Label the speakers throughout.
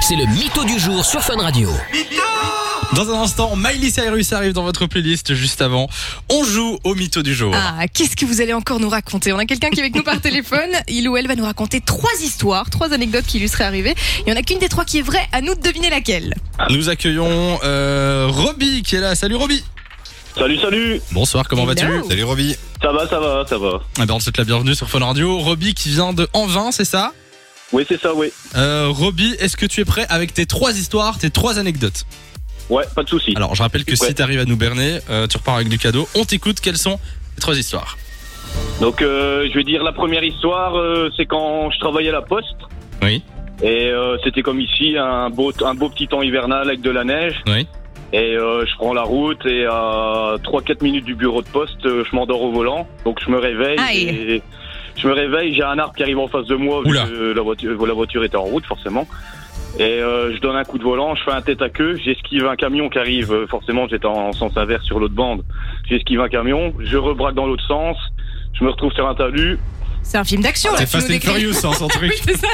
Speaker 1: c'est le mytho du jour sur Fun Radio.
Speaker 2: Dans un instant, Miley Cyrus arrive dans votre playlist juste avant. On joue au mytho du jour.
Speaker 3: Ah, qu'est-ce que vous allez encore nous raconter On a quelqu'un qui est avec nous par téléphone. Il ou elle va nous raconter trois histoires, trois anecdotes qui lui seraient arrivées. Il y en a qu'une des trois qui est vraie. À nous de deviner laquelle.
Speaker 2: Nous accueillons euh, Roby qui est là. Salut Roby.
Speaker 4: Salut, salut
Speaker 2: Bonsoir, comment
Speaker 3: Hello.
Speaker 2: vas-tu
Speaker 5: Salut Roby.
Speaker 4: Ça va, ça va, ça va.
Speaker 2: Eh ben, On te souhaite la bienvenue sur Fun Radio. Roby qui vient de Envin, c'est ça
Speaker 4: Oui, c'est ça, oui.
Speaker 2: euh, Roby, est-ce que tu es prêt avec tes trois histoires, tes trois anecdotes
Speaker 4: Ouais, pas de souci.
Speaker 2: Alors, je rappelle que si
Speaker 4: Ouais.
Speaker 2: t'arrives à nous berner, euh, tu repars avec du cadeau. On t'écoute, quelles sont les trois histoires
Speaker 4: Donc, euh, je vais dire la première histoire, euh, c'est quand je travaillais à la poste.
Speaker 2: Oui.
Speaker 4: Et euh, c'était comme ici, un beau, un beau petit temps hivernal avec de la neige.
Speaker 2: Oui.
Speaker 4: Et euh, je prends la route et à 3-4 minutes du bureau de poste, euh, je m'endors au volant. Donc, je me réveille.
Speaker 3: Aïe.
Speaker 4: et- je me réveille, j'ai un arbre qui arrive en face de moi, vu
Speaker 2: Oula.
Speaker 4: que la voiture, euh, la voiture était en route, forcément. Et euh, je donne un coup de volant, je fais un tête à queue, j'esquive un camion qui arrive, euh, forcément j'étais en sens inverse sur l'autre bande, j'esquive un camion, je rebraque dans l'autre sens, je me retrouve sur un talus.
Speaker 3: Ah, C'est un film d'action. là,
Speaker 5: C'est
Speaker 3: tu nous
Speaker 5: Fast and
Speaker 3: décris.
Speaker 5: Furious, hein, son
Speaker 3: Oui,
Speaker 5: truc.
Speaker 3: c'est ça.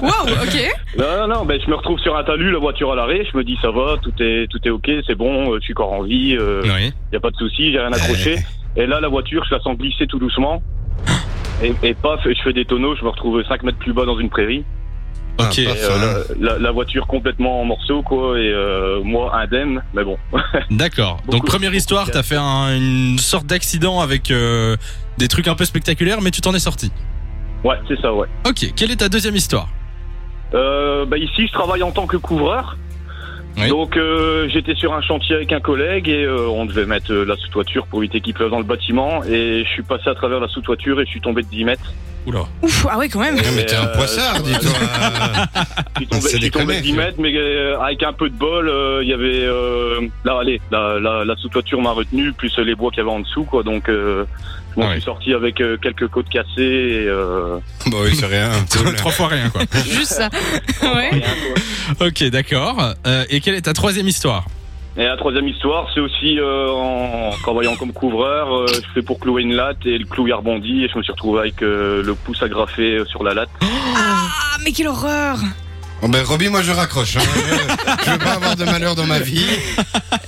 Speaker 3: Waouh, ok.
Speaker 4: Non, non, non, ben, je me retrouve sur un talus, la voiture à l'arrêt, je me dis ça va, tout est, tout est ok, c'est bon, euh, je suis encore en vie, euh,
Speaker 2: Oui.
Speaker 4: y a pas de souci, j'ai rien accroché. Et là la voiture, je la sens glisser tout doucement. Et, et paf, je fais des tonneaux, je me retrouve 5 mètres plus bas dans une prairie.
Speaker 5: Ah,
Speaker 2: Ok.
Speaker 5: paf,
Speaker 4: Et, euh, la, la voiture complètement en morceaux, quoi, et euh, moi indemne, mais bon.
Speaker 2: D'accord.
Speaker 4: Beaucoup,
Speaker 2: Donc première
Speaker 4: beaucoup
Speaker 2: histoire,
Speaker 4: de
Speaker 2: t'as fait un- une sorte d'accident avec euh, des trucs un peu spectaculaires, mais tu t'en es sorti.
Speaker 4: Ouais, c'est ça, ouais.
Speaker 2: Ok. Quelle est ta deuxième histoire
Speaker 4: Euh, bah ici, je travaille en tant que couvreur.
Speaker 2: Oui.
Speaker 4: Donc, euh, j'étais sur un chantier avec un collègue et euh, on devait mettre euh, la sous-toiture pour éviter qu'il pleuve dans le bâtiment. Et je suis passé à travers la sous-toiture et je suis tombé de 10 mètres.
Speaker 2: Oula.
Speaker 3: Ouf, ah ouais, quand même.
Speaker 5: Non, mais t'es un
Speaker 4: Euh,
Speaker 5: poissard, dis-toi. Bah
Speaker 4: Je
Speaker 2: Ah,
Speaker 4: suis tombé,
Speaker 5: C'est
Speaker 4: je suis tombé de
Speaker 5: déconné,
Speaker 4: 10 mètres, mais euh, avec un peu de bol, euh, il y avait euh, là, allez, la, la, la sous-toiture m'a retenu, plus les bois qu'il y avait en dessous, quoi. Donc, euh, je m'en
Speaker 2: Ah oui.
Speaker 4: suis sorti avec euh, quelques côtes cassées. Et, euh,
Speaker 5: bah oui, c'est rien.
Speaker 2: Trois
Speaker 5: cool.
Speaker 2: trois fois rien quoi.
Speaker 3: Juste ça. Ouais.
Speaker 4: rien, quoi.
Speaker 2: ok, d'accord. Euh, et quelle est ta troisième histoire
Speaker 4: Et la troisième histoire, c'est aussi euh, en travaillant comme couvreur, euh, je fais pour clouer une latte et le clou y a rebondi et je me suis retrouvé avec euh, le pouce agrafé euh, sur la latte.
Speaker 3: Ah, mais quelle horreur.
Speaker 5: Bon, ben Roby, moi je raccroche. hein. Je, je veux pas avoir de malheur dans ma vie.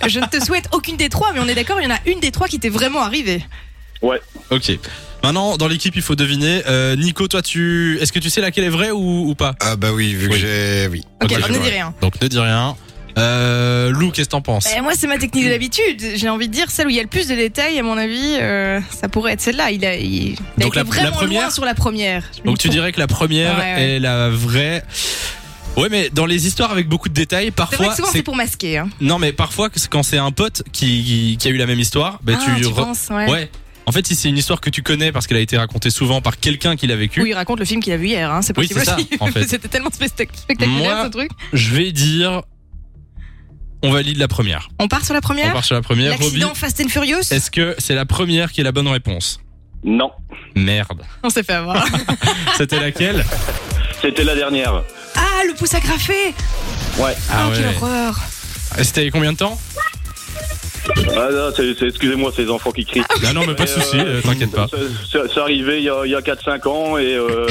Speaker 3: Je ne te souhaite aucune des trois, mais on est d'accord, il y en a une des trois qui t'est vraiment arrivée.
Speaker 2: Ok. Maintenant, dans l'équipe, il faut deviner. Euh, Nico, toi, tu, est-ce que tu sais laquelle est vraie ou, ou pas
Speaker 5: Ah bah oui, vu que
Speaker 2: Oui.
Speaker 5: j'ai... Oui.
Speaker 3: Ok,
Speaker 2: Ok,
Speaker 3: alors
Speaker 2: je
Speaker 3: ne
Speaker 2: vois.
Speaker 3: dis rien.
Speaker 2: Donc ne dis rien. Euh, Lou, qu'est-ce que t'en penses
Speaker 3: Eh, moi, c'est ma technique de l'habitude. J'ai envie de dire celle où il y a le plus de détails, à mon avis, euh, ça pourrait être celle-là. Il a, il, il a
Speaker 2: Donc
Speaker 3: été
Speaker 2: la- la
Speaker 3: vraiment loin
Speaker 2: première
Speaker 3: sur la première. Je me
Speaker 2: Donc
Speaker 3: dis,
Speaker 2: tu dirais que la première
Speaker 3: Ouais, ouais.
Speaker 2: est la vraie. Ouais, mais dans les histoires avec beaucoup de détails,
Speaker 3: C'est vrai
Speaker 2: parfois
Speaker 3: que souvent, c'est pour masquer. hein.
Speaker 2: Non, mais parfois, que- quand c'est un pote qui, qui, qui a eu la même histoire, bah,
Speaker 3: Ah,
Speaker 2: tu.
Speaker 3: tu
Speaker 2: re-
Speaker 3: penses, ouais.
Speaker 2: Ouais. En fait, si c'est une histoire que tu connais parce qu'elle a été racontée souvent par quelqu'un qui l'a vécu,
Speaker 3: Où il raconte le film qu'il a vu hier, hein, c'est
Speaker 2: Oui,
Speaker 3: possible
Speaker 2: c'est ça,
Speaker 3: aussi.
Speaker 2: en fait.
Speaker 3: C'était tellement spectac- spectaculaire
Speaker 2: Moi-
Speaker 3: ce truc.
Speaker 2: je vais dire. On valide la première.
Speaker 3: On part sur la
Speaker 2: On
Speaker 3: première
Speaker 2: part sur la première. Roby,
Speaker 3: L'accident Fast and Furious
Speaker 2: est-ce que c'est la première qui est la bonne réponse
Speaker 4: Non,
Speaker 2: Merde.
Speaker 3: On s'est fait avoir.
Speaker 2: C'était laquelle
Speaker 4: c'était la dernière.
Speaker 3: ah, le pouce à graffer
Speaker 4: Ouais.
Speaker 2: Ah
Speaker 3: Oh, quelle
Speaker 2: ouais.
Speaker 3: horreur
Speaker 2: C'était combien de temps
Speaker 4: Ah, non, c'est- c'est- excusez-moi ces enfants qui crient.
Speaker 2: Non, non, mais pas de
Speaker 4: Euh,
Speaker 2: souci, euh, t'inquiète pas.
Speaker 4: Ça- ça- C'est arrivé il y a, il y a 4-5 ans et euh,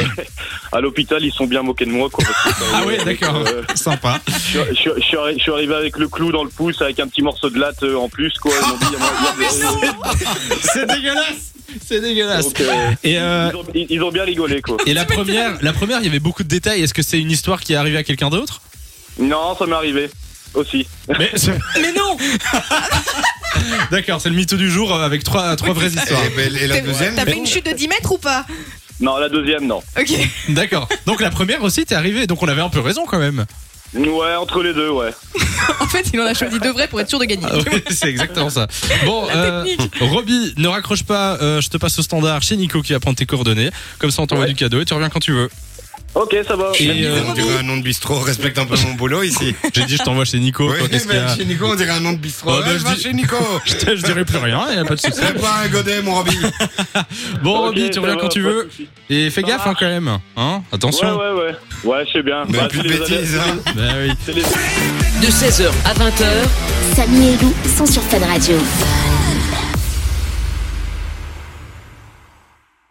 Speaker 4: à l'hôpital ils sont bien moqués de moi. Quoi, parce que,
Speaker 2: Ah ouais,
Speaker 4: euh,
Speaker 2: d'accord.
Speaker 4: euh,
Speaker 2: Sympa.
Speaker 4: je, je- je suis arri- je suis arrivé avec le clou dans le pouce avec un petit morceau de latte euh, en plus. Quoi, ils m'ont dit, il y a moyen- il y
Speaker 2: Ah
Speaker 4: a-
Speaker 2: C'est dégueulasse. C'est dégueulasse.
Speaker 4: donc, euh,
Speaker 2: Et, euh,
Speaker 4: ils, ont, ils- ils ont bien rigolé quoi.
Speaker 2: et la première, la première, il y avait beaucoup de détails. Est-ce que c'est une histoire qui est arrivée à quelqu'un d'autre
Speaker 4: Non, ça m'est arrivé aussi.
Speaker 2: Mais
Speaker 3: Mais non
Speaker 2: D'accord, c'est le mytho du jour euh, avec trois, trois vraies histoires.
Speaker 5: Et, ben, et la
Speaker 3: T'as-
Speaker 5: deuxième
Speaker 3: T'as fait une chute de 10 mètres ou pas
Speaker 4: Non, la deuxième, non.
Speaker 3: Ok.
Speaker 2: D'accord. Donc la première aussi, t'es arrivé, donc on avait un peu raison quand même.
Speaker 4: Ouais, entre les deux, ouais.
Speaker 3: En fait, il en a choisi deux vrais pour être sûr de gagner.
Speaker 2: Ah oui, c'est exactement ça. Bon, euh, Roby, ne raccroche pas, euh, je te passe au standard chez Nico qui va prendre tes coordonnées. Comme ça, on t'envoie
Speaker 4: Ouais.
Speaker 2: du cadeau et tu reviens quand tu veux.
Speaker 4: Ok, ça va.
Speaker 2: Et, euh,
Speaker 5: On dirait un nom de bistrot, respecte un peu mon boulot ici.
Speaker 2: J'ai dit, je t'envoie chez Nico.
Speaker 5: Oui,
Speaker 2: toi, Oh, qu'est-ce qu'il y
Speaker 5: ben,
Speaker 2: a
Speaker 5: chez Nico, on dirait un nom de bistrot.
Speaker 2: Oh, ben,
Speaker 5: Ouais,
Speaker 2: je
Speaker 5: je vais
Speaker 2: dis-
Speaker 5: chez Nico.
Speaker 2: je, te- Bah, je dirai plus rien, il n'y a pas de souci.
Speaker 5: Fais pas un godet, mon Roby.
Speaker 2: Bon,
Speaker 4: Ok,
Speaker 2: Roby, tu
Speaker 4: ça
Speaker 2: reviens
Speaker 4: va,
Speaker 2: quand tu
Speaker 4: pas de
Speaker 2: veux.
Speaker 4: soucis.
Speaker 2: Et fais gaffe hein, quand même. Hein Attention.
Speaker 4: Ouais, ouais, ouais. Ouais, je sais bien.
Speaker 5: Mais
Speaker 4: Bah,
Speaker 5: plus
Speaker 4: c'est
Speaker 5: de
Speaker 4: les
Speaker 5: bêtises,
Speaker 4: aléas-
Speaker 5: hein.
Speaker 2: Bah oui.
Speaker 4: c'est les-
Speaker 1: De 16h à 20h,
Speaker 6: Samy et Lou sont sur Fun Radio.